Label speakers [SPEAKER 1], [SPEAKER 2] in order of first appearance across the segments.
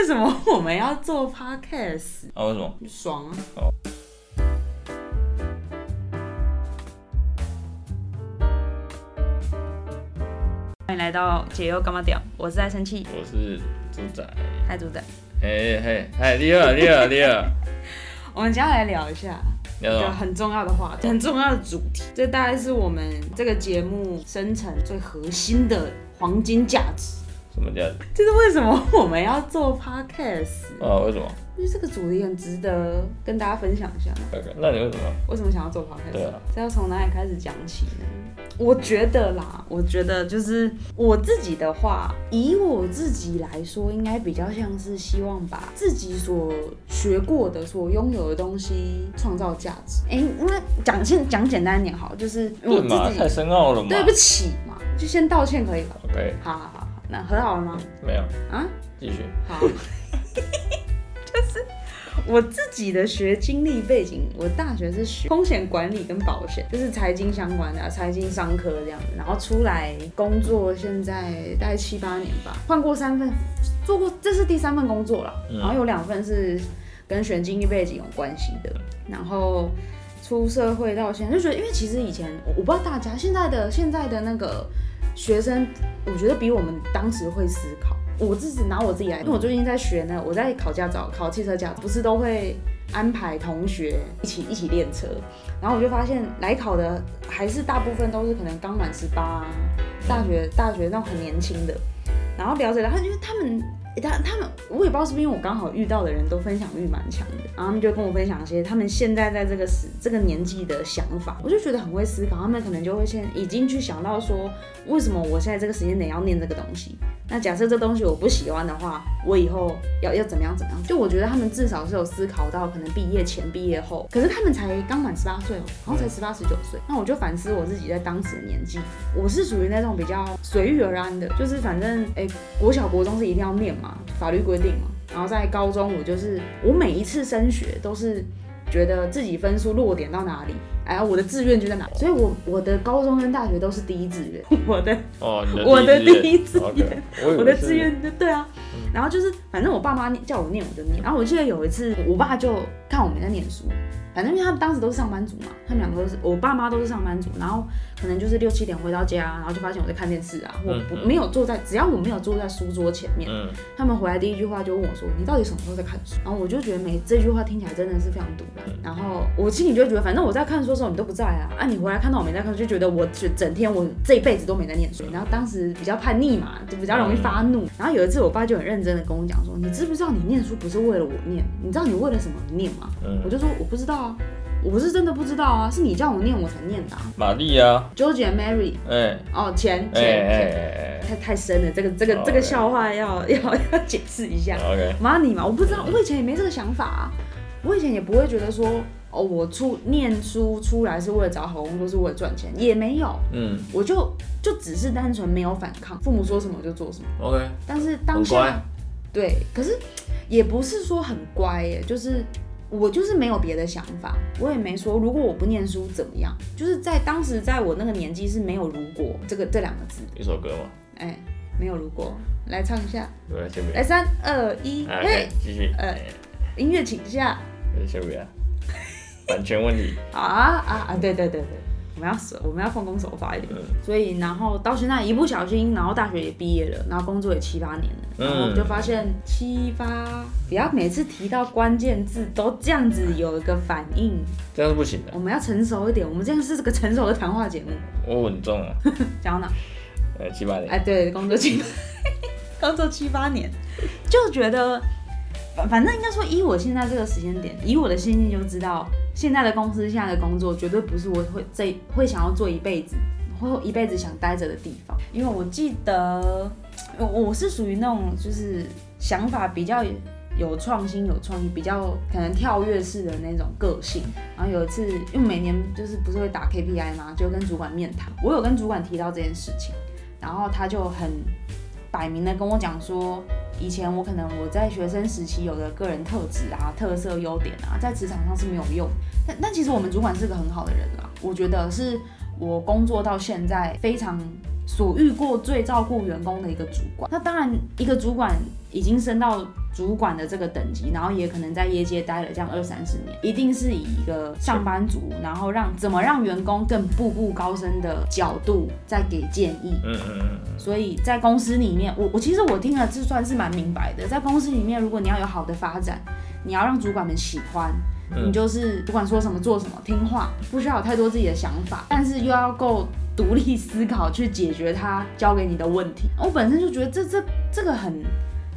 [SPEAKER 1] 为什么我们要做 podcast？
[SPEAKER 2] 啊，为什么？
[SPEAKER 1] 爽啊！
[SPEAKER 3] 欢迎来到解忧干嘛屌，我是在生气，
[SPEAKER 2] 我是猪仔，
[SPEAKER 3] 嗨猪仔，
[SPEAKER 2] 嘿嘿嘿，你好，你好，你 好，
[SPEAKER 1] 我们今天来聊一下
[SPEAKER 2] 你
[SPEAKER 1] 一个
[SPEAKER 2] 好，
[SPEAKER 1] 很重要的话题，很重要的主题。这大概是我们这个节目生成最核心的黄金价值。
[SPEAKER 2] 什么叫？
[SPEAKER 1] 就是为什么我们要做 podcast？
[SPEAKER 2] 啊，为什么？
[SPEAKER 1] 因为这个主题很值得跟大家分享一下。
[SPEAKER 2] 那你为什么？
[SPEAKER 1] 为什么想要做
[SPEAKER 2] 对
[SPEAKER 1] podcast？、
[SPEAKER 2] 啊
[SPEAKER 1] 这要从哪里开始讲起呢？我觉得啦，我觉得就是我自己的话，以我自己来说，应该比较像是希望把自己所学过的、所拥有的东西创造价值。哎、那讲先讲简单一点好，就是我
[SPEAKER 2] 对
[SPEAKER 1] 自
[SPEAKER 2] 嘛，
[SPEAKER 1] 己
[SPEAKER 2] 太深奥了嘛。
[SPEAKER 1] 对不起嘛，就先道歉可以吧？
[SPEAKER 2] OK，
[SPEAKER 1] 好好好好，那和好了吗？
[SPEAKER 2] 没有，
[SPEAKER 1] 啊，
[SPEAKER 2] 继续。
[SPEAKER 1] 好，就是我自己的学经历背景，我大学是学风险管理跟保险，就是财经相关的啊、财经商科这样子。然后出来工作，现在大概七八年吧，换过三份，做过这是第三份工作了，
[SPEAKER 2] 嗯
[SPEAKER 1] 然后有两份是跟学经历背景有关系的，然后。出社会到现在就觉得，因为其实以前我我不知道大家现在的现在的那个学生我觉得比我们当时会思考。我自己拿我自己来，因为我最近在学呢，我在考驾照，考汽车驾照，不是都会安排同学一起一起练车，然后我就发现来考的还是大部分都是可能刚满十八，大学大学那种很年轻的，然后聊着聊，因为他们。他他们我也不知道是不是因为我刚好遇到的人都分享欲蛮强的，然后他们就跟我分享一些他们现在在这个时这个年纪的想法，我就觉得很会思考，他们可能就会先已经去想到说，为什么我现在这个时间点要念这个东西？那假设这东西我不喜欢的话，我以后要要怎么样怎么样？就我觉得他们至少是有思考到可能毕业前、毕业后，可是他们才刚满十八岁哦，好像才十八十九岁。那我就反思我自己在当时的年纪，我是属于那种比较随遇而安的，就是反正诶，国小国中是一定要念嘛，法律规定嘛。然后在高中，我就是我每一次升学都是觉得自己分数落点到哪里，哎，我的志愿就在哪，所以我我的高中跟大学都是第一志愿，我的
[SPEAKER 2] 哦，你
[SPEAKER 1] 我的
[SPEAKER 2] 第
[SPEAKER 1] 第一志愿
[SPEAKER 2] OK，我以为
[SPEAKER 1] 我的
[SPEAKER 2] 是嗯
[SPEAKER 1] 志愿就对啊。然后就是，反正我爸妈叫我念我就念。然后我记得有一次，我爸就看我没在念书，反正因为他们当时都是上班族嘛，他们两个都是，我爸妈都是上班族，然后可能就是六七点回到家，然后就发现我在看电视啊，我
[SPEAKER 2] 嗯
[SPEAKER 1] 不
[SPEAKER 2] 嗯
[SPEAKER 1] 没有坐在，只要我没有坐在书桌前面，
[SPEAKER 2] 嗯，
[SPEAKER 1] 他们回来第一句话就问我说：“你到底什么时候在看书？”然后我就觉得没这句话听起来真的是非常毒辣。
[SPEAKER 2] 嗯
[SPEAKER 1] 然后我心里就会觉得，反正我在看书的时候你都不在啊，啊你回来看到我没在看书，就觉得我整整天我这一辈子都没在念书。然后当时比较叛逆嘛，就比较容易发
[SPEAKER 2] 嗯
[SPEAKER 1] 怒。然后有一次我爸就很认真的跟我讲说：“你知不知道你念书不是为了我念？你知道你为了什么念吗？”
[SPEAKER 2] 嗯
[SPEAKER 1] 我就说：“我不知道啊，我是真的不知道啊，是你叫我念我才念的、啊。
[SPEAKER 2] 玛丽啊，”
[SPEAKER 1] George and Mary，
[SPEAKER 2] 哎
[SPEAKER 1] 哦钱
[SPEAKER 2] 哎
[SPEAKER 1] 钱
[SPEAKER 2] 哎
[SPEAKER 1] 钱，
[SPEAKER 2] 哎
[SPEAKER 1] 太太深了，这个这个
[SPEAKER 2] 哦
[SPEAKER 1] 这个
[SPEAKER 2] 哎
[SPEAKER 1] 笑话要要 要解释一下
[SPEAKER 2] 哎。，OK，
[SPEAKER 1] 妈你嘛，我不知道，我以前也没这个想法、啊，我以前也不会觉得说，哦，我出念书出来是为了找好工作，是为了赚钱，也没有，
[SPEAKER 2] 嗯
[SPEAKER 1] 我就就只是单纯没有反抗，父母说什么我就做什么。
[SPEAKER 2] ，OK，
[SPEAKER 1] 但是当
[SPEAKER 2] 很乖
[SPEAKER 1] 下，，对，可是也不是说很乖耶，就是我就是没有别的想法，我也没说如果我不念书怎么样，就是在当时在我那个年纪是没有“如果”这个这两个字，
[SPEAKER 2] 一首歌嘛，
[SPEAKER 1] 哎，没有“如果”，来唱一下，
[SPEAKER 2] 对吧？先不要
[SPEAKER 1] 来，三二一，
[SPEAKER 2] 哎
[SPEAKER 1] 嘿
[SPEAKER 2] ，OK，，继续，
[SPEAKER 1] 呃
[SPEAKER 2] 哎，
[SPEAKER 1] 音乐请下。
[SPEAKER 2] 先不要，啊版权问题，
[SPEAKER 1] 啊啊啊！对对对对，我们要守我们要奉公守法一点。
[SPEAKER 2] 嗯
[SPEAKER 1] 所以，然后到现在一不小心，然后大学也毕业了，然后工作也七八年了，然后我就发现七八，不要每次提到关键字都这样子有一个反应，
[SPEAKER 2] 这样是不行的
[SPEAKER 1] 我，们要成熟一点，我们这样是个成熟的谈话节目。
[SPEAKER 2] 我稳重啊，
[SPEAKER 1] 讲到哪？
[SPEAKER 2] 哎，七八
[SPEAKER 1] 哎，
[SPEAKER 2] 年，
[SPEAKER 1] 对，工作七，工作七八年，就觉得反反正应该说，以我现在这个时间点，以我的心境就知道，现在的公司、现在的工作，绝对不是我会这会想要做一辈子，或一辈子想待着的地方。因为我记得，我我是属于那种就是想法比较。有创新、有创意，比较可能跳跃式的那种个性。然后有一次，因为每年就是不是会打 KPI 嘛，就跟主管面谈，我有跟主管提到这件事情。然后他就很摆明的跟我讲说，以前我可能我在学生时期有的个人特质啊、特色、优点啊，在职场上是没有用。但但其实我们主管是个很好的人啦，我觉得是我工作到现在非常所遇过最照顾员工的一个主管。那当然，一个主管已经升到主管的这个等级，然后也可能在业界待了这样二三十年，一定是以一个上班族，然后让怎么让员工更步步高升的角度在给建议。
[SPEAKER 2] 嗯嗯嗯嗯，
[SPEAKER 1] 所以在公司里面，我我其实我听了这算是蛮明白的。在公司里面，如果你要有好的发展，你要让主管们喜欢，
[SPEAKER 2] 嗯
[SPEAKER 1] 你就是不管说什么做什么听话，不需要有太多自己的想法，但是又要够独立思考去解决他交给你的问题。我本身就觉得这这这个很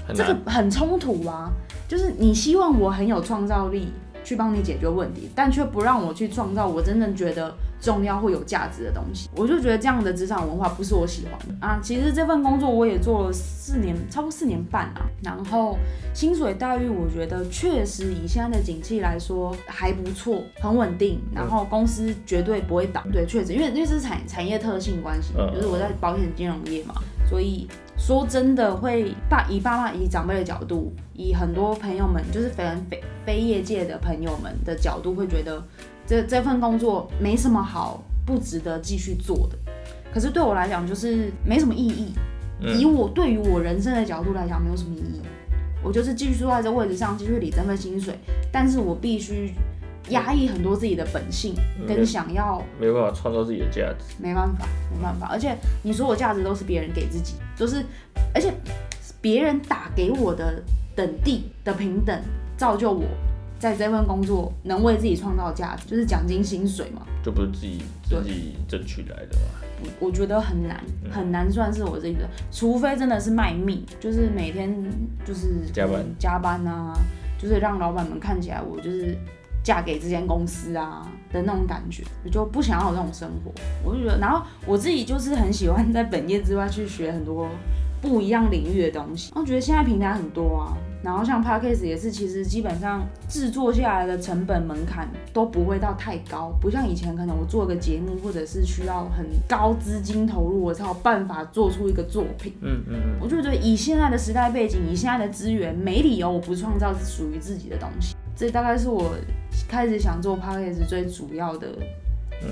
[SPEAKER 2] 很
[SPEAKER 1] 这
[SPEAKER 2] 难。
[SPEAKER 1] 个很冲突啊，就是你希望我很有创造力去帮你解决问题，但却不让我去创造我真正觉得重要或有价值的东西。我就觉得这样的职场文化不是我喜欢的啊。其实这份工作我也做了四年，差不多四年半啊。然后薪水待遇，我觉得确实以现在的景气来说还不错，很稳定。然后公司绝对不会倒，对，确实，因为因为这是产产业特性关系
[SPEAKER 2] 嗯，
[SPEAKER 1] 就是我在保险金融业嘛，所以说真的会爸以爸妈以长辈的角度，以很多朋友们就是非非非业界的朋友们的角度，会觉得这这份工作没什么好，不值得继续做的。可是对我来讲，就是没什么意义。以
[SPEAKER 2] 嗯
[SPEAKER 1] 我对于我人生的角度来讲，没有什么意义。我就是继续坐在这位置上，继续领这份薪水，但是我必须压抑很多自己的本性跟想要
[SPEAKER 2] 没办法创造自己的价值。
[SPEAKER 1] 没办法，没办法。而且你所有价值都是别人给自己，就是而且别人打给我的等地的平等，造就我在这份工作能为自己创造价值，就是奖金、薪水嘛。
[SPEAKER 2] 就不是自己
[SPEAKER 1] 对
[SPEAKER 2] 自己争取来的嘛。
[SPEAKER 1] 我我觉得很难，
[SPEAKER 2] 嗯
[SPEAKER 1] 很难算是我自己的，除非真的是卖命，就是每天就是
[SPEAKER 2] 加班
[SPEAKER 1] 加班啊，就是让老板们看起来我就是嫁给这间公司啊的那种感觉，我就不想要有这种生活。我就觉得，然后我自己就是很喜欢在本业之外去学很多不一样领域的东西。我觉得现在平台很多啊，然后像 podcast 也是，其实基本上制作下来的成本门槛都不会到太高，不像以前可能我做个节目或者是需要很高资金投入，我才有办法做出一个作品。
[SPEAKER 2] 嗯嗯嗯，
[SPEAKER 1] 我就觉得以现在的时代背景，以现在的资源，没理由我不创造属于自己的东西。这大概是我开始想做 podcast 最主要的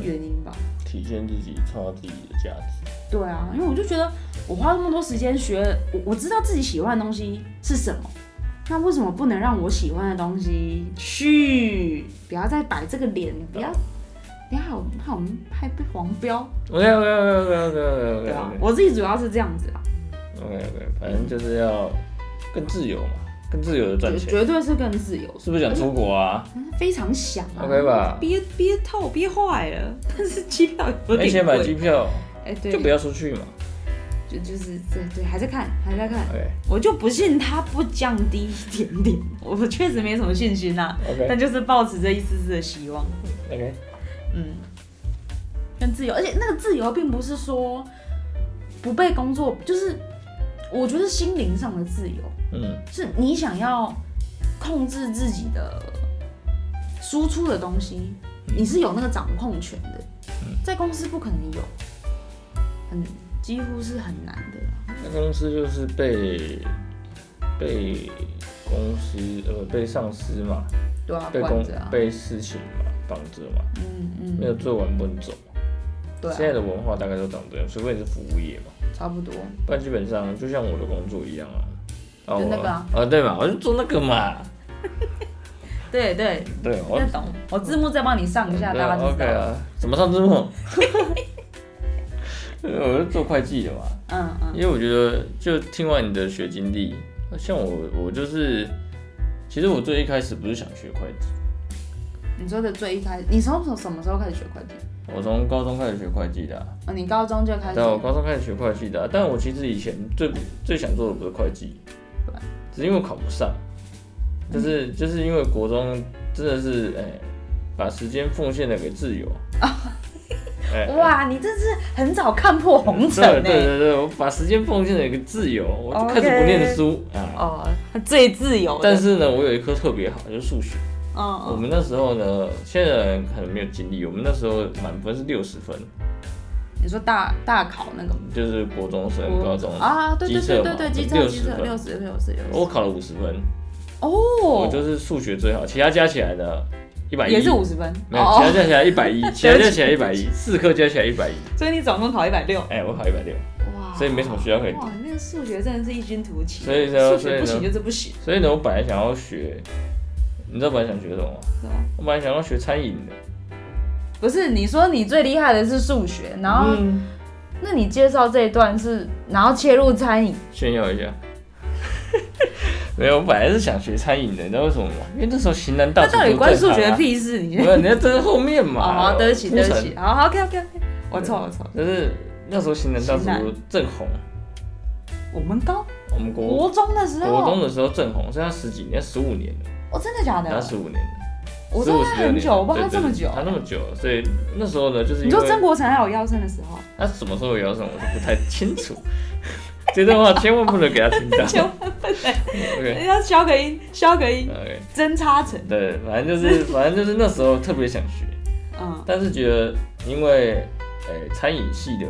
[SPEAKER 1] 原因吧。
[SPEAKER 2] 体现自己，创造自己的价值。
[SPEAKER 1] 对啊，因为我就觉得我花那么多时间学，我我知道自己喜欢的东西是什么，那为什么不能让我喜欢的东西去？不要再摆这个脸，不要，不要好好还被黄标。
[SPEAKER 2] OK OK OK OK OK
[SPEAKER 1] 对
[SPEAKER 2] OK
[SPEAKER 1] 啊
[SPEAKER 2] OK，
[SPEAKER 1] 我自己主要是这样子啊，
[SPEAKER 2] OK OK，反正就是要更自由嘛，更自由的赚
[SPEAKER 1] 绝
[SPEAKER 2] 钱。
[SPEAKER 1] 绝对是更自由，
[SPEAKER 2] 是不是想出国啊？
[SPEAKER 1] 非常想啊。
[SPEAKER 2] OK 吧
[SPEAKER 3] 憋憋透憋坏 了，但是机票有
[SPEAKER 2] 没
[SPEAKER 3] 点
[SPEAKER 2] 钱买
[SPEAKER 3] 贵。
[SPEAKER 2] 机票
[SPEAKER 1] 哎、对，
[SPEAKER 2] 就不要出去嘛。
[SPEAKER 1] 就就是对对，还在看，还在看，
[SPEAKER 2] OK
[SPEAKER 1] 我就不信它不降低一点点，我确实没什么信心啊呐、但
[SPEAKER 2] OK
[SPEAKER 1] 就是抱持着一丝丝的希望。
[SPEAKER 2] OK，
[SPEAKER 1] 嗯，跟自由，而且那个自由并不是说不被工作，就是我觉得心灵上的自由，
[SPEAKER 2] 嗯
[SPEAKER 1] 是你想要控制自己的输出的东西，你是有那个掌控权的，在公司不可能有，很几乎是很难的啦。
[SPEAKER 2] 那公司就是被被公司呃被上司嘛，
[SPEAKER 1] 对啊，
[SPEAKER 2] 被
[SPEAKER 1] 管
[SPEAKER 2] 公
[SPEAKER 1] 着啊，
[SPEAKER 2] 被事情嘛绑着嘛，
[SPEAKER 1] 嗯
[SPEAKER 2] 没
[SPEAKER 1] 嗯，
[SPEAKER 2] 有做完不能走。
[SPEAKER 1] 对
[SPEAKER 2] 现在
[SPEAKER 1] 啊，
[SPEAKER 2] 的文化大概都长这样，除非你是服务业嘛，
[SPEAKER 1] 差不多。
[SPEAKER 2] 不然基本上就像我的工作一样啊。啊
[SPEAKER 1] 就那个啊
[SPEAKER 2] 啊，啊对嘛，我就做那个嘛，
[SPEAKER 1] 对对，
[SPEAKER 2] 对，我
[SPEAKER 1] 要懂。我字幕再帮你上一下，
[SPEAKER 2] 对
[SPEAKER 1] 大
[SPEAKER 2] 啊
[SPEAKER 1] 家就知
[SPEAKER 2] OK
[SPEAKER 1] 道了。
[SPEAKER 2] 啊，怎么上字幕？我是做会计的嘛，
[SPEAKER 1] 嗯嗯，
[SPEAKER 2] 因为我觉得就听完你的学经历，像我我就是，其实我最一开始不是想学会计，
[SPEAKER 1] 你说的最一开始，你从什什么时候开始学会计？
[SPEAKER 2] 我从高中开始学会计的啊、
[SPEAKER 1] 哦，你高中就开始
[SPEAKER 2] 对，？我高中开始学会计的啊、但我其实以前最最想做的不是会计，只是因为我考不上，就是
[SPEAKER 1] 嗯
[SPEAKER 2] 就是因为国中真的是哎、把时间奉献了给 自由。哎
[SPEAKER 1] 哇，你这是很早看破红
[SPEAKER 2] 对
[SPEAKER 1] 尘欸
[SPEAKER 2] 对
[SPEAKER 1] 呢。
[SPEAKER 2] 对对，我把时间奉献了给自由，我就开始不念书啊。
[SPEAKER 1] 哦，最自由的。
[SPEAKER 2] 但是呢，我有一科特别好，就是数学。我
[SPEAKER 1] 嗯，嗯
[SPEAKER 2] 们那时候呢，现在的人可能没有经历，我们那时候满分是六十分，
[SPEAKER 1] 你说大大考那个
[SPEAKER 2] 就是国中生、高中
[SPEAKER 1] 啊？对对对对对，
[SPEAKER 2] 基
[SPEAKER 1] 机
[SPEAKER 2] 测
[SPEAKER 1] 测
[SPEAKER 2] 嘛
[SPEAKER 1] 机测
[SPEAKER 2] 60
[SPEAKER 1] 六十六十六
[SPEAKER 2] 我
[SPEAKER 1] 十。
[SPEAKER 2] 考了五十分，我
[SPEAKER 1] 哦，
[SPEAKER 2] 就是数学最好，其他加起来呢一百一，
[SPEAKER 1] 也是五十分。
[SPEAKER 2] 没有，其他
[SPEAKER 1] 哦，
[SPEAKER 2] 加起来一百一，其他加起来一百一，四科加起来一百一，
[SPEAKER 3] 所以你总共考一百六，
[SPEAKER 2] 哎，我考一百六，
[SPEAKER 1] 哇，
[SPEAKER 2] 所以没什么学校可以读。
[SPEAKER 4] 哇，那个数学真的是一军突起，
[SPEAKER 2] 所以呢
[SPEAKER 4] 数
[SPEAKER 2] 所以
[SPEAKER 4] 学
[SPEAKER 2] 呢
[SPEAKER 4] 不行就是不行，
[SPEAKER 2] 所以呢，我本来想要学，你知道本来想学什么吗？
[SPEAKER 4] 是吗？
[SPEAKER 2] 我本来想要学餐饮的。
[SPEAKER 1] 不是，你说你最厉害的是数学，然后、
[SPEAKER 2] 嗯
[SPEAKER 1] 那你介绍这一段是，然后切入餐饮，
[SPEAKER 2] 炫耀一下。 没有，我本来是想学餐饮的，你知道为什么吗？因为那时候型男大
[SPEAKER 1] 那
[SPEAKER 2] 厨
[SPEAKER 1] 到底关数学
[SPEAKER 2] 的？
[SPEAKER 1] 屁事？你觉
[SPEAKER 2] 没
[SPEAKER 1] 得？
[SPEAKER 2] 有，人家站在后面啊嘛。
[SPEAKER 1] 哦，好，对不起，
[SPEAKER 2] 铺
[SPEAKER 1] 对
[SPEAKER 2] 陈
[SPEAKER 1] 不起，好好，OK OK OK，我错我错，
[SPEAKER 2] 但是那时候型男大
[SPEAKER 1] 型男
[SPEAKER 2] 厨正红，
[SPEAKER 1] 我们高
[SPEAKER 2] 我们国
[SPEAKER 1] 国中的时
[SPEAKER 2] 国中
[SPEAKER 1] 候，
[SPEAKER 2] 的时候正红，所以他十几年，十五年了，
[SPEAKER 1] 哦，真的假
[SPEAKER 2] 他
[SPEAKER 1] 的？
[SPEAKER 2] 十五年了，
[SPEAKER 1] 我
[SPEAKER 2] 十
[SPEAKER 1] 知道
[SPEAKER 2] 五
[SPEAKER 1] 他
[SPEAKER 2] 十六
[SPEAKER 1] 很
[SPEAKER 2] 年
[SPEAKER 1] 久，我不知道他
[SPEAKER 2] 对
[SPEAKER 1] 这么
[SPEAKER 2] 对
[SPEAKER 1] 久。
[SPEAKER 2] 他那么久，所以那时候呢，就是
[SPEAKER 1] 你
[SPEAKER 2] 因
[SPEAKER 1] 说曾
[SPEAKER 2] 为
[SPEAKER 1] 国成还有腰身的时候，
[SPEAKER 2] 他什么时候有什么，我就不太清楚。 这段话千万不能给他听 到。
[SPEAKER 1] 千万不能，
[SPEAKER 2] OK
[SPEAKER 1] 要消个音，消个音，
[SPEAKER 2] OK，
[SPEAKER 1] 真差成，
[SPEAKER 2] 对，反正就是反正就是那时候特别想学，
[SPEAKER 1] 嗯，
[SPEAKER 2] 但是觉得因为诶、餐饮系的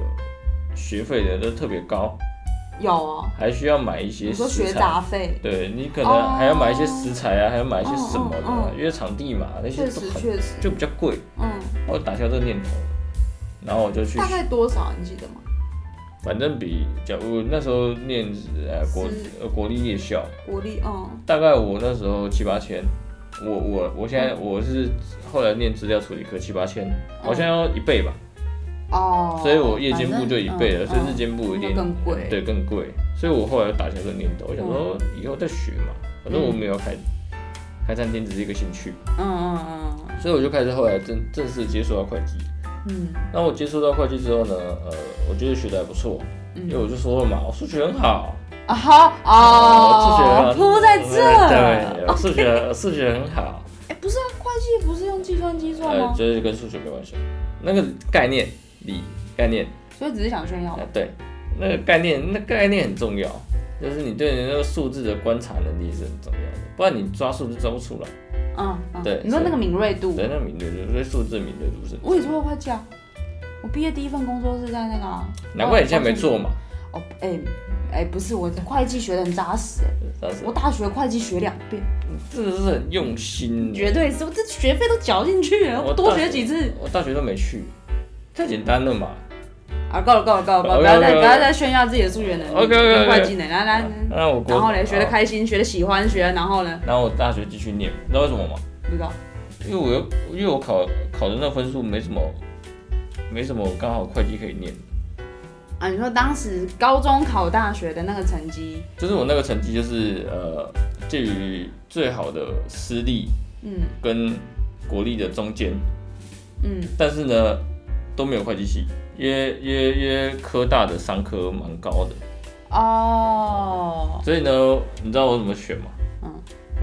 [SPEAKER 2] 学费呢都特别高，
[SPEAKER 1] 有哦。
[SPEAKER 2] 还需要买一些
[SPEAKER 1] 你说
[SPEAKER 2] 食
[SPEAKER 1] 学
[SPEAKER 2] 材。
[SPEAKER 1] 杂费，
[SPEAKER 2] 对你可
[SPEAKER 1] 哦
[SPEAKER 2] 能还要买一些食材啊，还要买一些什么的，
[SPEAKER 1] 嗯嗯嗯
[SPEAKER 2] 因为场地嘛那些
[SPEAKER 1] 确
[SPEAKER 2] 都
[SPEAKER 1] 实
[SPEAKER 2] 很
[SPEAKER 1] 确实，
[SPEAKER 2] 就比较贵，
[SPEAKER 1] 嗯，
[SPEAKER 2] 我打消这个念头，然后我就去
[SPEAKER 1] 大，概多少你记得吗？
[SPEAKER 2] 反正比假如那时候念呃国
[SPEAKER 1] 是
[SPEAKER 2] 呃国立夜校，
[SPEAKER 1] 国立，嗯，
[SPEAKER 2] 大概我那时候七八千，我我我现在
[SPEAKER 1] 嗯
[SPEAKER 2] 我是后来念资料处理科七八千，好像要一倍吧，
[SPEAKER 1] 哦，
[SPEAKER 2] 所以我夜间部就一倍了，
[SPEAKER 1] 反
[SPEAKER 2] 所
[SPEAKER 1] 正嗯哦
[SPEAKER 2] 以日间部有点
[SPEAKER 1] 那更贵嗯
[SPEAKER 2] 对，更贵。所以我后来打消这个念头，我想说以后再学嘛，反正我没有开开餐厅只是一个兴趣，
[SPEAKER 1] 嗯嗯嗯
[SPEAKER 2] 所以我就开始后来正正式接触到会计。
[SPEAKER 1] 嗯
[SPEAKER 2] 那我接触到会计之后呢，呃，我觉得学的还不错，因为我就说了嘛，我数学很好，
[SPEAKER 1] 嗯，啊好
[SPEAKER 2] 呃
[SPEAKER 1] 哦
[SPEAKER 2] 我，数学
[SPEAKER 1] 铺在这，
[SPEAKER 2] 啊对，对，我数学数学很好，
[SPEAKER 1] 哎，不是啊，会计不是用计算机算
[SPEAKER 2] 呃，
[SPEAKER 1] 吗？
[SPEAKER 2] 就是跟数学没关系，那个概念理概念。
[SPEAKER 1] 所以只是想炫耀
[SPEAKER 2] 啊，，对，那个概念，那概念很重要，就是你对人那个数字的观察能力是很重要的，不然你抓数字抓不出来。
[SPEAKER 1] 嗯嗯，
[SPEAKER 2] 对
[SPEAKER 1] 你说那个敏锐度，
[SPEAKER 2] 对，那敏锐度，所以数字敏锐度是很
[SPEAKER 1] 我也
[SPEAKER 2] 重
[SPEAKER 1] 做
[SPEAKER 2] 要。
[SPEAKER 1] 过会计啊，我毕业第一份工作是在那个啊，
[SPEAKER 2] 难怪你现在没做嘛，
[SPEAKER 1] 哦，哎、哎、不是，我会计学的很扎实、哎，
[SPEAKER 2] 但是
[SPEAKER 1] 我大学会计学两遍，
[SPEAKER 2] 真的是很用心的。
[SPEAKER 1] 绝对是，我这学费都缴进去了，
[SPEAKER 2] 我
[SPEAKER 1] 我多
[SPEAKER 2] 大
[SPEAKER 1] 学
[SPEAKER 2] 学
[SPEAKER 1] 几次。
[SPEAKER 2] 我大学都没去，太简单了嘛。
[SPEAKER 1] 啊，够了够了够了，不要不要
[SPEAKER 2] OK，OK，OK
[SPEAKER 1] 再不要再炫耀自己的数学能力
[SPEAKER 2] OK，OK，OK
[SPEAKER 1] 跟会计能力，来来，来
[SPEAKER 2] 那我国
[SPEAKER 1] 然后嘞，学的
[SPEAKER 2] 好
[SPEAKER 1] 开心，学的喜欢，学的然后呢，
[SPEAKER 2] 然后我大学继续念，你知道为什么吗？
[SPEAKER 1] 不知道，
[SPEAKER 2] 因为我又因为我考考的那分数没什么，没什么，刚好会计可以念，
[SPEAKER 1] 啊，你说当时高中考大学的那个成绩，
[SPEAKER 2] 就是我那个成绩就是呃介于最好的私立
[SPEAKER 1] 嗯
[SPEAKER 2] 跟国立的中间，
[SPEAKER 1] 嗯，
[SPEAKER 2] 但是呢都没有会计系，因为因为因为科大的商科蛮高的，
[SPEAKER 1] 哦，
[SPEAKER 2] 所以呢，你知道我怎么选吗？
[SPEAKER 1] 嗯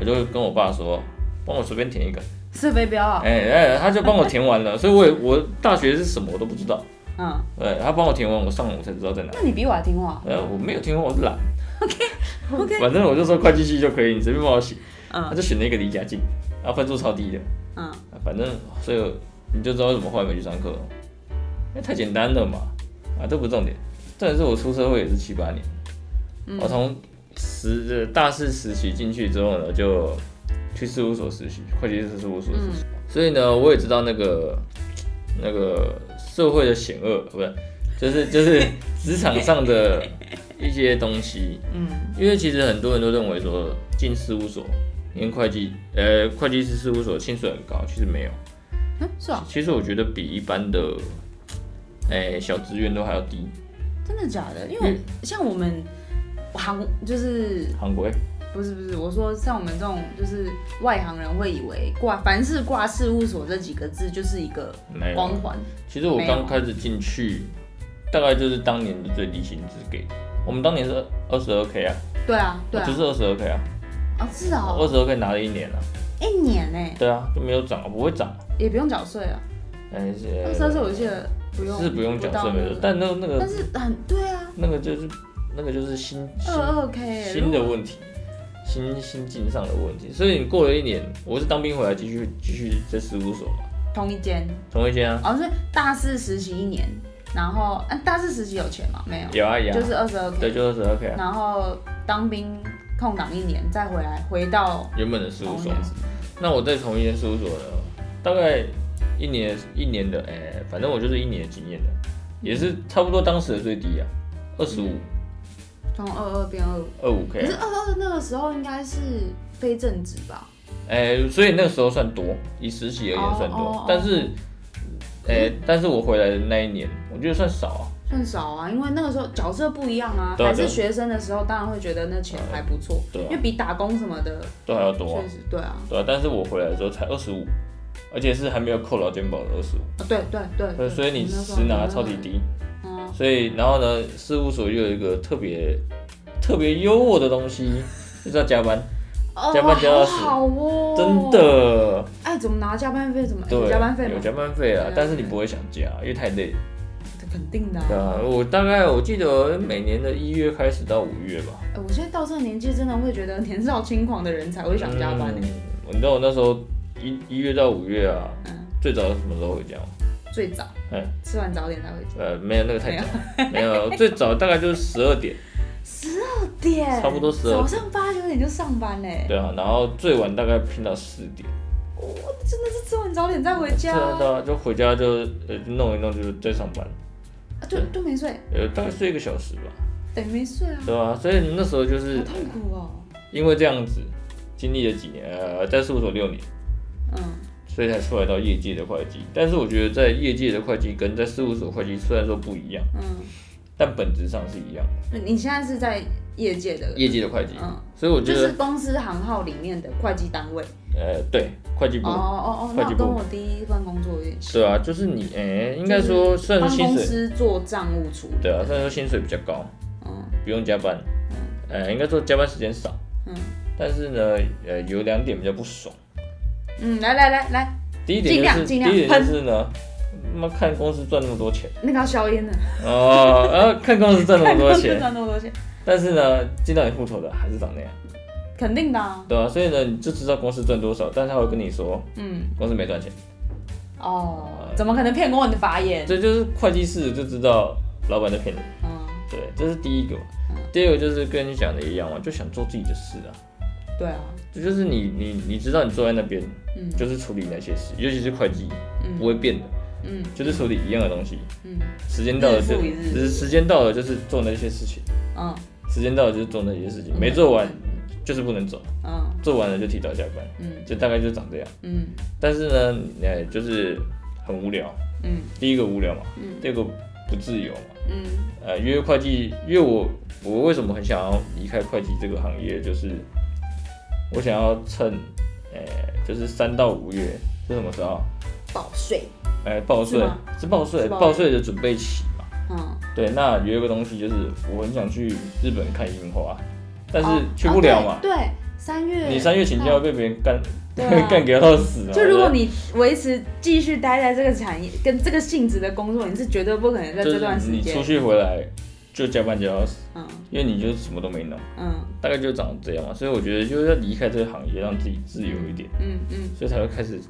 [SPEAKER 2] 我就跟我爸说，帮我随便填一个，
[SPEAKER 1] 是飞镖啊，
[SPEAKER 2] 哎、哎、他就帮我填完了，所以我也我大学是什么我都不知道，
[SPEAKER 1] 嗯，
[SPEAKER 2] 对他帮我填完，我上午才知道在哪。
[SPEAKER 1] 那你比我还听话
[SPEAKER 2] 呃，我没有填完，我是懒，
[SPEAKER 1] ，OK，
[SPEAKER 2] 反正我就说会计系就可以，你随便帮我写。他
[SPEAKER 1] 嗯
[SPEAKER 2] 就选了一个离家近，然后分数超低的，
[SPEAKER 1] 嗯，
[SPEAKER 2] 啊反正所以你就知道为什么后来没去上课了，因为太简单了嘛。啊，这不是重点，重点是我出社会也是七八年，我从实呃大四实习进去之后呢，就去事务所实习，会计师事务所实习，所以呢，我也知道那个那个社会的险恶，不是，就是就是职场上的一些东西，
[SPEAKER 1] 嗯，
[SPEAKER 2] 因为其实很多人都认为说进事务所。因为会计，呃，会计师事务所薪水很高，其实没有，
[SPEAKER 1] 嗯是啊，
[SPEAKER 2] 其实我觉得比一般的，哎、小职员都还要低。
[SPEAKER 1] 真的假的？因为
[SPEAKER 2] 嗯
[SPEAKER 1] 像我们行就是
[SPEAKER 2] 韩国哎
[SPEAKER 1] 不是不是，我说像我们这种就是外行人会以为挂凡是挂事务所这几个字就是一个
[SPEAKER 2] 没有
[SPEAKER 1] 光。环，
[SPEAKER 2] 其实我刚开始进去，大概就是当年的最低薪资给的。我们当年是二十二 k 啊，
[SPEAKER 1] 对啊对
[SPEAKER 2] 我
[SPEAKER 1] 啊
[SPEAKER 2] 只，是二十二 k 啊，
[SPEAKER 1] 啊是啊，
[SPEAKER 2] 二十二 k 拿了一年啊，
[SPEAKER 1] 一年呢、
[SPEAKER 2] 对啊，就没有涨，不会涨。
[SPEAKER 1] 也不用缴税啊，
[SPEAKER 2] 哎、是
[SPEAKER 1] 二十二岁我记得不用
[SPEAKER 2] 是不用缴
[SPEAKER 1] 到
[SPEAKER 2] 税没
[SPEAKER 1] 那
[SPEAKER 2] 错
[SPEAKER 1] 个，
[SPEAKER 2] 但那那个
[SPEAKER 1] 但是很对啊，
[SPEAKER 2] 那个就是那个就是薪薪
[SPEAKER 1] 二二 K
[SPEAKER 2] 新的问题，新新进上的问题。所以你过了一年，我是当兵回来继续继续在事务所嘛，
[SPEAKER 1] 同一间，
[SPEAKER 2] 同一间啊，
[SPEAKER 1] 哦所以大四实习一年，然后啊大四实习有钱吗？没有，
[SPEAKER 2] 有啊有啊，
[SPEAKER 1] 就是二十二
[SPEAKER 2] 对，
[SPEAKER 1] K，
[SPEAKER 2] 就二十二 k 啊。
[SPEAKER 1] 然后当兵空档一年再回来回到
[SPEAKER 2] 原本的事务
[SPEAKER 1] 同一
[SPEAKER 2] 所
[SPEAKER 1] 间。
[SPEAKER 2] 那我在同一间事务所呢，大概一年一年的，哎、反正我就是一年的经验的，也是差不多当时的最低啊，二十五
[SPEAKER 3] 从二二变二五，
[SPEAKER 2] 二五
[SPEAKER 1] 可
[SPEAKER 2] K，啊
[SPEAKER 1] 是二二那个时候应该是非正职吧？
[SPEAKER 2] 哎、所以那个时候算多，以实习而言算多，
[SPEAKER 1] 哦哦哦
[SPEAKER 2] 但是，哎、但是我回来的那一年，我觉得算少啊。
[SPEAKER 1] 算少啊，因为那个时候角色不一样啊，
[SPEAKER 2] 对啊
[SPEAKER 1] 还
[SPEAKER 2] 对
[SPEAKER 1] 是
[SPEAKER 2] 啊
[SPEAKER 1] 学生的时候，当然会觉得那钱还不错，
[SPEAKER 2] 对啊
[SPEAKER 1] 因为比打工什么的
[SPEAKER 2] 都还要多啊
[SPEAKER 1] 确，实对啊，
[SPEAKER 2] 对啊，但是我回来的时候才二十五，而且是还没有扣劳健保的二十五，
[SPEAKER 1] 啊对对对对，
[SPEAKER 2] 所以所以你
[SPEAKER 1] 我那时候
[SPEAKER 2] 实拿
[SPEAKER 1] 还没有
[SPEAKER 2] 超级低，
[SPEAKER 1] 嗯，
[SPEAKER 2] 所以然后呢，事务所又有一个特别特别优渥的 东西，就是要加班，
[SPEAKER 1] 哦，
[SPEAKER 2] 加班加到
[SPEAKER 1] 好
[SPEAKER 2] 死
[SPEAKER 1] 好哦，
[SPEAKER 2] 真，的，
[SPEAKER 1] 哎，怎么拿加班费？怎么有
[SPEAKER 2] 对，
[SPEAKER 1] 加班费
[SPEAKER 2] 有
[SPEAKER 1] 吗？
[SPEAKER 2] 加班费啊
[SPEAKER 1] 对，
[SPEAKER 2] 但是你不会想加，因为太累了。
[SPEAKER 1] 肯定的
[SPEAKER 2] 对啊
[SPEAKER 1] 啊。，
[SPEAKER 2] 我大概我记得每年的一月开始到五月吧，
[SPEAKER 1] 哎我现在到这个年纪，真的会觉得年少轻狂的人才会想加班欸
[SPEAKER 2] 嗯。你知道我那时候一一月到五月啊，
[SPEAKER 1] 嗯
[SPEAKER 2] 最早是什么时候回家吗？
[SPEAKER 1] 最早
[SPEAKER 2] 嗯，
[SPEAKER 1] 吃完早点才会
[SPEAKER 2] 呃，没有那个太早，没有，最早大概就是十二点，
[SPEAKER 1] 点，
[SPEAKER 2] 差不多12
[SPEAKER 1] 早上八九点就上班嘞，
[SPEAKER 2] 对啊，然后最晚大概拼到四点，
[SPEAKER 1] 真的是吃完早点再回
[SPEAKER 2] 对
[SPEAKER 1] 家，
[SPEAKER 2] 啊，对啊，就回家就呃弄一弄就再上班，
[SPEAKER 1] 啊就就没睡，
[SPEAKER 2] 呃，大概睡一个小时吧，
[SPEAKER 1] 等没睡啊，
[SPEAKER 2] 对啊，所以那时候就是
[SPEAKER 1] 好痛苦哦，
[SPEAKER 2] 因为这样子经历了几年，呃，在事务所六年。
[SPEAKER 1] 嗯。
[SPEAKER 2] 所以才出来到业界的会计。但是我觉得在业界的会计跟在事务所会计虽然说不一样，
[SPEAKER 1] 嗯
[SPEAKER 2] 但本质上是一样的。，
[SPEAKER 1] 你现在是在业界的，
[SPEAKER 2] 业界的会计，
[SPEAKER 1] 嗯，
[SPEAKER 2] 所以我觉
[SPEAKER 1] 就
[SPEAKER 2] 得，
[SPEAKER 1] 是公司行号里面的会计单位。
[SPEAKER 2] 呃，对，会计
[SPEAKER 1] 哦
[SPEAKER 2] 部，
[SPEAKER 1] 哦哦，
[SPEAKER 2] 会
[SPEAKER 1] 那
[SPEAKER 2] 计部
[SPEAKER 1] 跟我第一份工作有点像，
[SPEAKER 2] 对啊，就是你，哎、应该说算
[SPEAKER 1] 帮
[SPEAKER 2] 是薪
[SPEAKER 1] 公
[SPEAKER 2] 水，
[SPEAKER 1] 司做账务处理。
[SPEAKER 2] 对啊，虽然说薪水比较高，
[SPEAKER 1] 嗯
[SPEAKER 2] 不用加班，呃，应该说加班时间少，
[SPEAKER 1] 嗯
[SPEAKER 2] 但是呢，呃，有两点比较不爽。
[SPEAKER 1] 嗯，来来来来，
[SPEAKER 2] 第一
[SPEAKER 1] 尽
[SPEAKER 2] 点就是，第一
[SPEAKER 1] 量尽量
[SPEAKER 2] 点就是呢，妈看公司赚那么多钱，
[SPEAKER 1] 那个要消烟的，
[SPEAKER 2] 哦， 呃，看公司赚那么多钱，
[SPEAKER 1] 赚那么多钱，
[SPEAKER 2] 但是呢，进到你户头的还是长那样。
[SPEAKER 1] 肯定的啊。
[SPEAKER 2] 对啊，所以呢，你就知道公司赚多少，但是他会跟你说
[SPEAKER 1] 嗯，
[SPEAKER 2] 公司没赚钱，
[SPEAKER 1] 哦，怎么可能骗过你的法眼？
[SPEAKER 2] 哎这就是会计师就知道老板在骗你。
[SPEAKER 1] 嗯，
[SPEAKER 2] 对，这是第一个嘛。第二个就是跟你讲的一样嘛，就想做自己的事啊。
[SPEAKER 1] 对啊，
[SPEAKER 2] 这就是你你你知道你坐在那边，
[SPEAKER 1] 嗯
[SPEAKER 2] 就是处理那些事，尤其是会计，
[SPEAKER 1] 嗯
[SPEAKER 2] 不会变的，
[SPEAKER 1] 嗯
[SPEAKER 2] 就是处理一样的东西，
[SPEAKER 1] 嗯
[SPEAKER 2] 时间到了
[SPEAKER 1] 日
[SPEAKER 2] 就
[SPEAKER 1] 复一日
[SPEAKER 2] 只是时间到了就是做那些事情，
[SPEAKER 1] 嗯
[SPEAKER 2] 时间到了就是做那些事情，没做完就是不能走，
[SPEAKER 1] 嗯
[SPEAKER 2] 做完了就提早下班，
[SPEAKER 1] 嗯
[SPEAKER 2] 就大概就长这样。
[SPEAKER 1] 嗯
[SPEAKER 2] 但是呢，哎，就是很无聊。
[SPEAKER 1] 嗯
[SPEAKER 2] 第一个无聊嘛，
[SPEAKER 1] 嗯
[SPEAKER 2] 第二个不自由嘛。
[SPEAKER 1] 嗯
[SPEAKER 2] 呃，因为会计，因为我我为什么很想要离开会计这个行业，就是我想要趁，呃，就是三到五月是什么时候？啊
[SPEAKER 1] 报税，
[SPEAKER 2] 哎、报税
[SPEAKER 1] 是吗
[SPEAKER 2] 是报税，
[SPEAKER 1] 是报税
[SPEAKER 2] 报税的准备期嘛。
[SPEAKER 1] 嗯，
[SPEAKER 2] 对，那有一个东西就是我很想去日本看樱花，但是
[SPEAKER 1] 哦
[SPEAKER 2] 去不了
[SPEAKER 1] 哦
[SPEAKER 2] 嘛。
[SPEAKER 1] 对，对三月
[SPEAKER 2] 你三月请假会被别人干、
[SPEAKER 1] 对啊
[SPEAKER 2] 干给到死嘛。
[SPEAKER 1] 就如果
[SPEAKER 2] 对
[SPEAKER 1] 你维持继续待在这个产业跟这个性质的工作，你是绝对不可能在
[SPEAKER 2] 就
[SPEAKER 1] 这段
[SPEAKER 2] 是
[SPEAKER 1] 时
[SPEAKER 2] 你出
[SPEAKER 1] 间，
[SPEAKER 2] 去回来就加班加到死，
[SPEAKER 1] 嗯
[SPEAKER 2] 因为你就什么都没弄。
[SPEAKER 1] 嗯
[SPEAKER 2] 大概就长这样嘛，所以我觉得就是要离开这个行业，让自己自由一点，
[SPEAKER 1] 嗯嗯，
[SPEAKER 2] 所以才会开始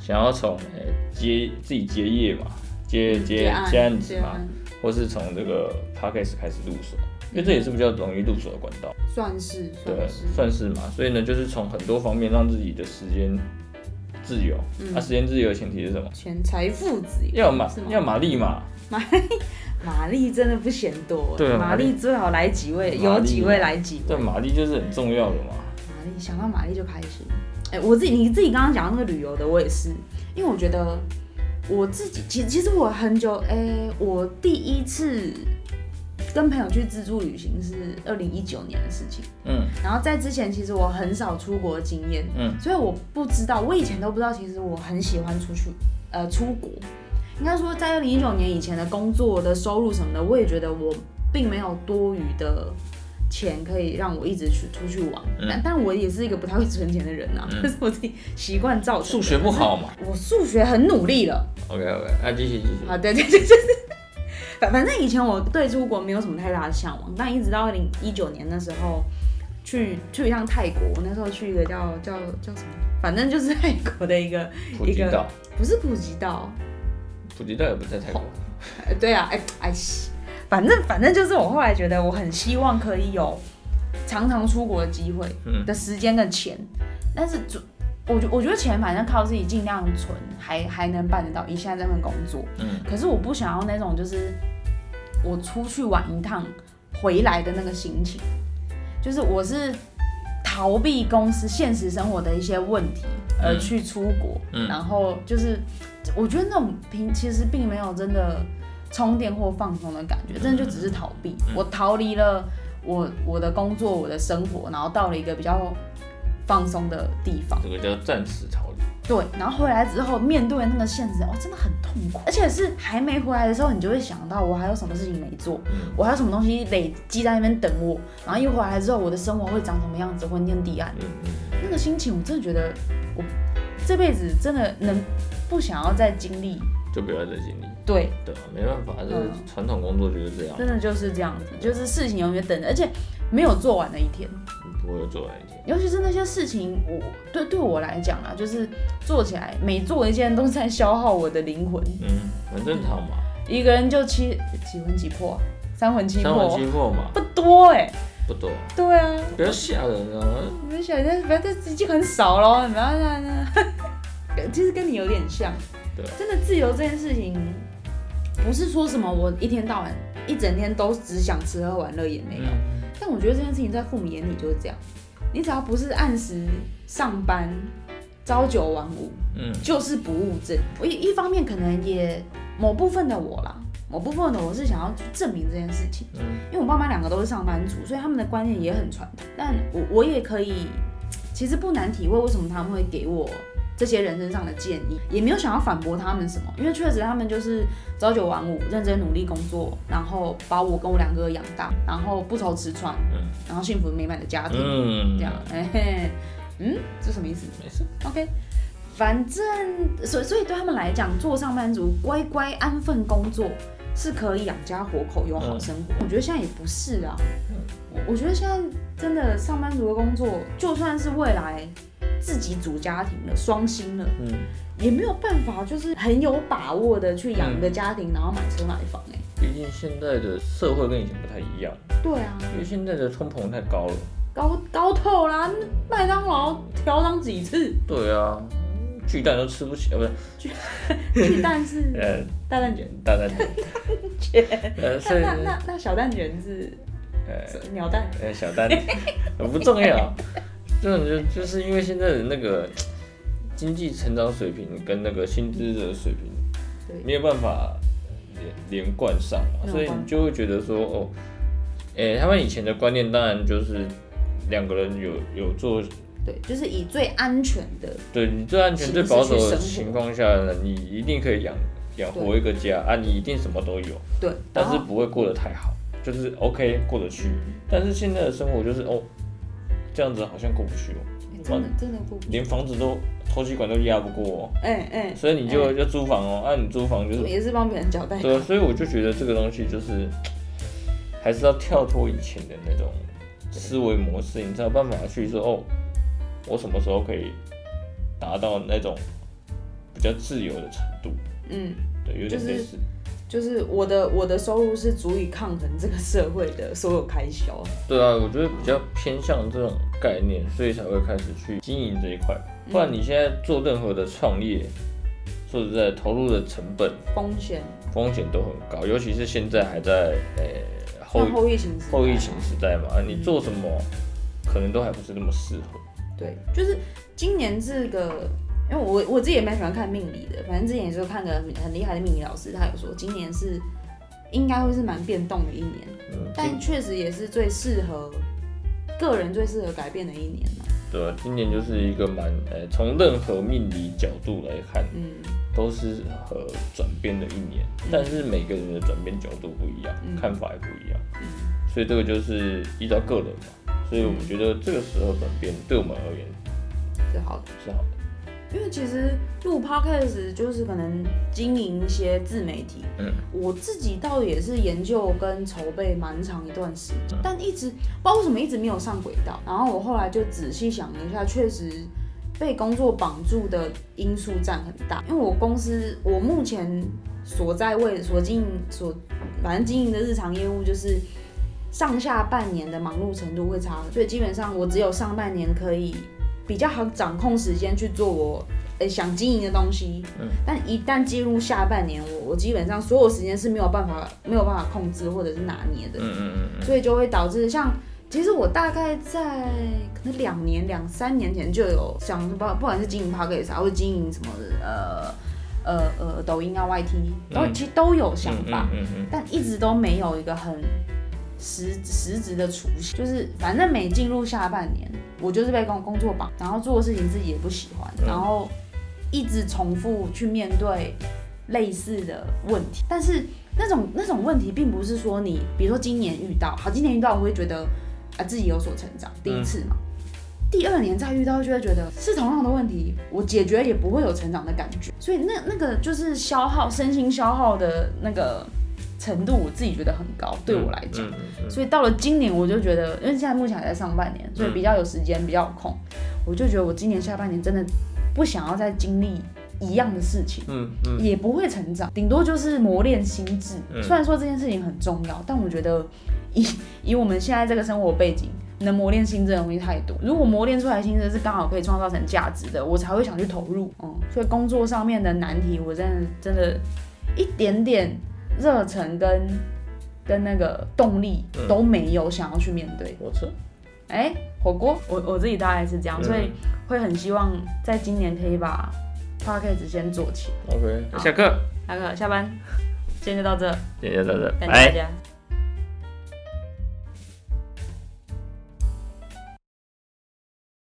[SPEAKER 2] 想要从呃接自己接业嘛，接接
[SPEAKER 1] 案
[SPEAKER 2] 接案子
[SPEAKER 1] 结
[SPEAKER 2] 嘛，
[SPEAKER 1] 案
[SPEAKER 2] 或是从这个 podcast 开始入手，因为这也是比较容易入手的管道，
[SPEAKER 1] 算是
[SPEAKER 2] 对
[SPEAKER 1] 嗯算是，，
[SPEAKER 2] 算是嘛。所以呢，就是从很多方面让自己的时间自由。那、时间自由的前提是什么？
[SPEAKER 1] 全财富自由
[SPEAKER 2] 要马
[SPEAKER 1] 嗯是吗
[SPEAKER 2] 要马力嘛，
[SPEAKER 1] 玛丽真的不嫌多，
[SPEAKER 2] 对
[SPEAKER 1] 玛
[SPEAKER 2] 玛丽
[SPEAKER 1] 丽最好来几位，
[SPEAKER 2] 玛
[SPEAKER 1] 有
[SPEAKER 2] 丽
[SPEAKER 1] 几位来几位
[SPEAKER 2] 对，，马力就是很重要的嘛。
[SPEAKER 1] 玛丽想到玛丽就开心。哎、我自己你自己刚刚讲到那个旅游的，我也是，因为我觉得我自己其其实我很久，哎、我第一次跟朋友去自助旅行是二零一九年的事情。
[SPEAKER 2] 嗯
[SPEAKER 1] 然后在之前，其实我很少出国经验，
[SPEAKER 2] 嗯
[SPEAKER 1] 所以我不知道，我以前都不知道，其实我很喜欢出去，呃，出国。应该说，在二零一九年以前的工作的收入什么的，我也觉得我并没有多余的钱可以让我一直去出去玩。
[SPEAKER 2] 嗯
[SPEAKER 1] 但但我也是一个不太会存钱的人啊， 这、是我自己习惯造成
[SPEAKER 2] 数
[SPEAKER 1] 的。
[SPEAKER 2] 学不好嘛。
[SPEAKER 1] 我数学很努力了，
[SPEAKER 2] OK OK，那继续继续。
[SPEAKER 1] 啊，对对对对对。 反反正以前我对出国没有什么太大的向往，但一直到二零一九年那时候去去一趟泰国，我那时候去一个叫叫叫什么，反正就是泰国的一个
[SPEAKER 2] 普吉
[SPEAKER 1] 一个
[SPEAKER 2] 岛，
[SPEAKER 1] 不是普吉岛，
[SPEAKER 2] 普吉岛也不在泰国。
[SPEAKER 1] 呃对啊，哎哎，西反正反正就是我后来觉得我很希望可以有常常出国的机会
[SPEAKER 2] 嗯
[SPEAKER 1] 的时间跟钱，但是主我觉我觉得钱反正靠自己尽量存，还还能办得到。以现在这份工作，
[SPEAKER 2] 嗯
[SPEAKER 1] 可是我不想要那种就是我出去玩一趟回来的那个心情，就是我是逃避公司现实生活的一些问题而去出国，
[SPEAKER 2] 嗯
[SPEAKER 1] 然后就是我觉得那种平其实并没有真的充电或放松的感觉，真的就只是逃避。
[SPEAKER 2] 嗯
[SPEAKER 1] 我逃离了我我的工作我的生活，然后到了一个比较放松的地方。
[SPEAKER 2] 这个叫暂时逃离。
[SPEAKER 1] 对，然后回来之后面对那个现实，哦，真的很痛苦，而且是还没回来的时候，你就会想到我还有什么事情没做，
[SPEAKER 2] 嗯
[SPEAKER 1] 我还有什么东西累积在那边等我，然后一回来之后，我的生活会长什么样子，昏天地暗，
[SPEAKER 2] 嗯嗯，
[SPEAKER 1] 那个心情，我真的觉得我这辈子真的能不想要再经历，
[SPEAKER 2] 就不要再经历。
[SPEAKER 1] 对，
[SPEAKER 2] 对啊，没办法，这个
[SPEAKER 1] 嗯
[SPEAKER 2] 传统工作就是这样，
[SPEAKER 1] 真的就是这样子，就是事情永远等着，而且没有做完的一天。
[SPEAKER 2] 不会有做完一天。
[SPEAKER 1] 尤其是那些事情，我对对我来讲啊，就是做起来每做一件都是在消耗我的灵魂，
[SPEAKER 2] 嗯，很正常嘛，
[SPEAKER 1] 一个人就七几魂几魄啊、三魂七
[SPEAKER 2] 三魂
[SPEAKER 1] 魄
[SPEAKER 2] 七魄嘛，
[SPEAKER 1] 不多哎、
[SPEAKER 2] 不多，
[SPEAKER 1] 对啊，
[SPEAKER 2] 不要吓人啊。
[SPEAKER 1] 你们想在不要在已经很少了，你不要在那， 其实跟你有点像，
[SPEAKER 2] 对啊
[SPEAKER 1] 真的自由这件事情，不是说什么我一天到晚一整天都只想吃喝玩乐也没有，
[SPEAKER 2] 嗯，
[SPEAKER 1] 但我觉得这件事情在父母眼里就是这样，你只要不是按时上班，朝九晚五，
[SPEAKER 2] 嗯
[SPEAKER 1] 就是不务正。我一一方面可能也某部分的我啦，某部分的我是想要去证明这件事情，
[SPEAKER 2] 嗯
[SPEAKER 1] 因为我爸妈两个都是上班族，所以他们的观念也很传统。但我我也可以，其实不难体会为什么他们会给我这些人身上的建议，也没有想要反驳他们什么，因为确实他们就是朝九晚五，认真努力工作，然后把我跟我两个养大，然后不愁吃穿，
[SPEAKER 2] 嗯
[SPEAKER 1] 然后幸福美满的家庭，
[SPEAKER 2] 嗯，
[SPEAKER 1] 这样，哎、嘿，嗯，这什么意思？
[SPEAKER 2] 没事。
[SPEAKER 1] OK，反正所以所以对他们来讲，做上班族乖乖安分工作是可以养家活口，有
[SPEAKER 2] 嗯
[SPEAKER 1] 好生活。我觉得现在也不是啊，我我觉得现在真的上班族的工作，就算是未来自己组家庭了、双薪了，
[SPEAKER 2] 嗯，
[SPEAKER 1] 也没有办法，就是很有把握的去养一个家庭，然后买车买房、欸。
[SPEAKER 2] 毕竟现在的社会跟以前不太一样，
[SPEAKER 1] 对啊，
[SPEAKER 2] 因为现在的通膨太高了。
[SPEAKER 1] 高高透啦，麦当劳调涨几次，
[SPEAKER 2] 对啊，巨蛋都吃不起，呃，不是，
[SPEAKER 1] 巨蛋 是
[SPEAKER 2] 呃，
[SPEAKER 1] 大蛋卷，
[SPEAKER 2] 大蛋卷， 呃， 所以
[SPEAKER 1] 那那那小蛋卷是
[SPEAKER 2] 呃
[SPEAKER 1] 鸟蛋。
[SPEAKER 2] 呃小蛋呃不重要，这种就就是因为现在的那个经济成长水平跟那个薪资的水
[SPEAKER 1] 对
[SPEAKER 2] 平没有办法连连贯上嘛，
[SPEAKER 1] 没有
[SPEAKER 2] 所以
[SPEAKER 1] 办法
[SPEAKER 2] 你就会觉得说哦，诶、他们以前的观念当然就是两个人有有做
[SPEAKER 1] 对，就是以最安全的，
[SPEAKER 2] 对你最安全、
[SPEAKER 1] 是
[SPEAKER 2] 最保守
[SPEAKER 1] 是去
[SPEAKER 2] 的
[SPEAKER 1] 生活
[SPEAKER 2] 情况下呢，你一定可以养养活一个家啊，你一定什么都有，
[SPEAKER 1] 对，
[SPEAKER 2] 但
[SPEAKER 1] 然
[SPEAKER 2] 是
[SPEAKER 1] 后
[SPEAKER 2] 不会过得太好，就是 OK 过得去。但是现在的生活就是哦，这样子好像过不去哦，
[SPEAKER 1] 哎真的真的过不去，
[SPEAKER 2] 连房子都投机管都压不过哦，
[SPEAKER 1] 哎哎，
[SPEAKER 2] 所以你就要租房哦，啊，你租房就是
[SPEAKER 1] 也是帮别人交代，
[SPEAKER 2] 对啊，所以我就觉得这个东西就是还是要跳脱以前的那种思维模式，你才有办法去说哦，我什么时候可以达到那种比较自由的程度？
[SPEAKER 1] 嗯，
[SPEAKER 2] 对，有点类似。
[SPEAKER 1] 就是我的我的收入是足以抗衡这个社会的所有开销，
[SPEAKER 2] 对啊，我觉得比较偏向这种概念，所以才会开始去经营这一块。不然你现在做任何的创业，说实在，投入的成本
[SPEAKER 1] 风险
[SPEAKER 2] 风险都很高，尤其是现在还在呃后
[SPEAKER 1] 像后疫情时代
[SPEAKER 2] 后疫情，时代嘛，啊你做什么可能都还不是那么适合。
[SPEAKER 1] 对，就是今年这个。因为我我自己也蛮喜欢看命理的，反正之前也是看个很厉害的命理老师，他有说今年是应该会是蛮变动的一年，
[SPEAKER 2] 嗯，
[SPEAKER 1] 但
[SPEAKER 2] 今
[SPEAKER 1] 确实也是最适合个人最适合改变的一年嘛。
[SPEAKER 2] 对啊，今年就是一个蛮呃，从任何命理角度来看，
[SPEAKER 1] 嗯，
[SPEAKER 2] 都是和转变的一年，但是每个人的转变角度不一样，
[SPEAKER 1] 嗯
[SPEAKER 2] 看法也不一样，所以这个就是依照个人嘛。所以
[SPEAKER 1] 嗯
[SPEAKER 2] 我觉得这个时候转变对我们而言
[SPEAKER 1] 是好的。
[SPEAKER 2] 是好的。
[SPEAKER 1] 因为其实录 podcast 就是可能经营一些自媒体，
[SPEAKER 2] 嗯，
[SPEAKER 1] 我自己倒也是研究跟筹备蛮长一段时
[SPEAKER 2] 嗯
[SPEAKER 1] 间，但一直不知道为什么一直没有上轨道。然后我后来就仔细想了一下，确实被工作绑住的因素占很大，因为我公司我目前所在位所经营所反正经营的日常业务就是。上下半年的忙碌程度会差很多，所以基本上我只有上半年可以比较好掌控时间去做我呃想经营的东西，
[SPEAKER 2] 嗯
[SPEAKER 1] 但一旦进入下半年，我我基本上所有时间是没有办法没有办法控制或者是拿捏的，
[SPEAKER 2] 嗯嗯嗯嗯，
[SPEAKER 1] 所以就会导致像，其实我大概在可能两年、两三年前就有想，不不管是经营 p o c k e t 啊，或者经营什么呃呃呃抖音啊、YT，然后
[SPEAKER 2] 嗯
[SPEAKER 1] 其实都有想法，
[SPEAKER 2] 嗯嗯
[SPEAKER 1] 但一直都没有一个很实实质的雏形，就是反正每进入下半年，我就是被工工作绑，然后做的事情自己也不喜欢，
[SPEAKER 2] 嗯
[SPEAKER 1] 然后一直重复去面对类似的问题，但是那种那种问题并不是说你，比如说今年遇到，好，今年遇到我会觉得啊自己有所成长，第一次嘛。第二年再遇到，就会觉得是同样的问题，我解决也不会有成长的感觉，所以那那个就是消耗身心消耗的那个程度，我自己觉得很高，对我来讲。
[SPEAKER 2] 嗯嗯嗯
[SPEAKER 1] 所以到了今年，我就觉得，因为现在目前还在上半年，所以比较有时间，比较有空，我就觉得我今年下半年真的不想要再经历一样的事情，
[SPEAKER 2] 嗯嗯
[SPEAKER 1] 也不会成长，顶多就是磨练心智。
[SPEAKER 2] 嗯
[SPEAKER 1] 虽然说这件事情很重要，但我觉得以 以我们现在这个生活背景，能磨练心智的东西太多。如果磨练出来的心智是刚好可以创造成价值的，我才会想去投入。嗯，所以工作上面的难题，我真的真的，一点点热忱跟跟那个动力
[SPEAKER 2] 嗯
[SPEAKER 1] 都没有，想要去面对。
[SPEAKER 2] 我车，
[SPEAKER 1] 哎、火锅，我我自己大概是这样，
[SPEAKER 2] 嗯
[SPEAKER 1] 所以会很希望在今年可以把 p o d c a s 先做起来。
[SPEAKER 2] 嗯 OK，下课，
[SPEAKER 1] 大哥，下班，今天就到这，
[SPEAKER 2] 谢谢大家，
[SPEAKER 1] 感谢
[SPEAKER 2] 拜
[SPEAKER 1] 大。家。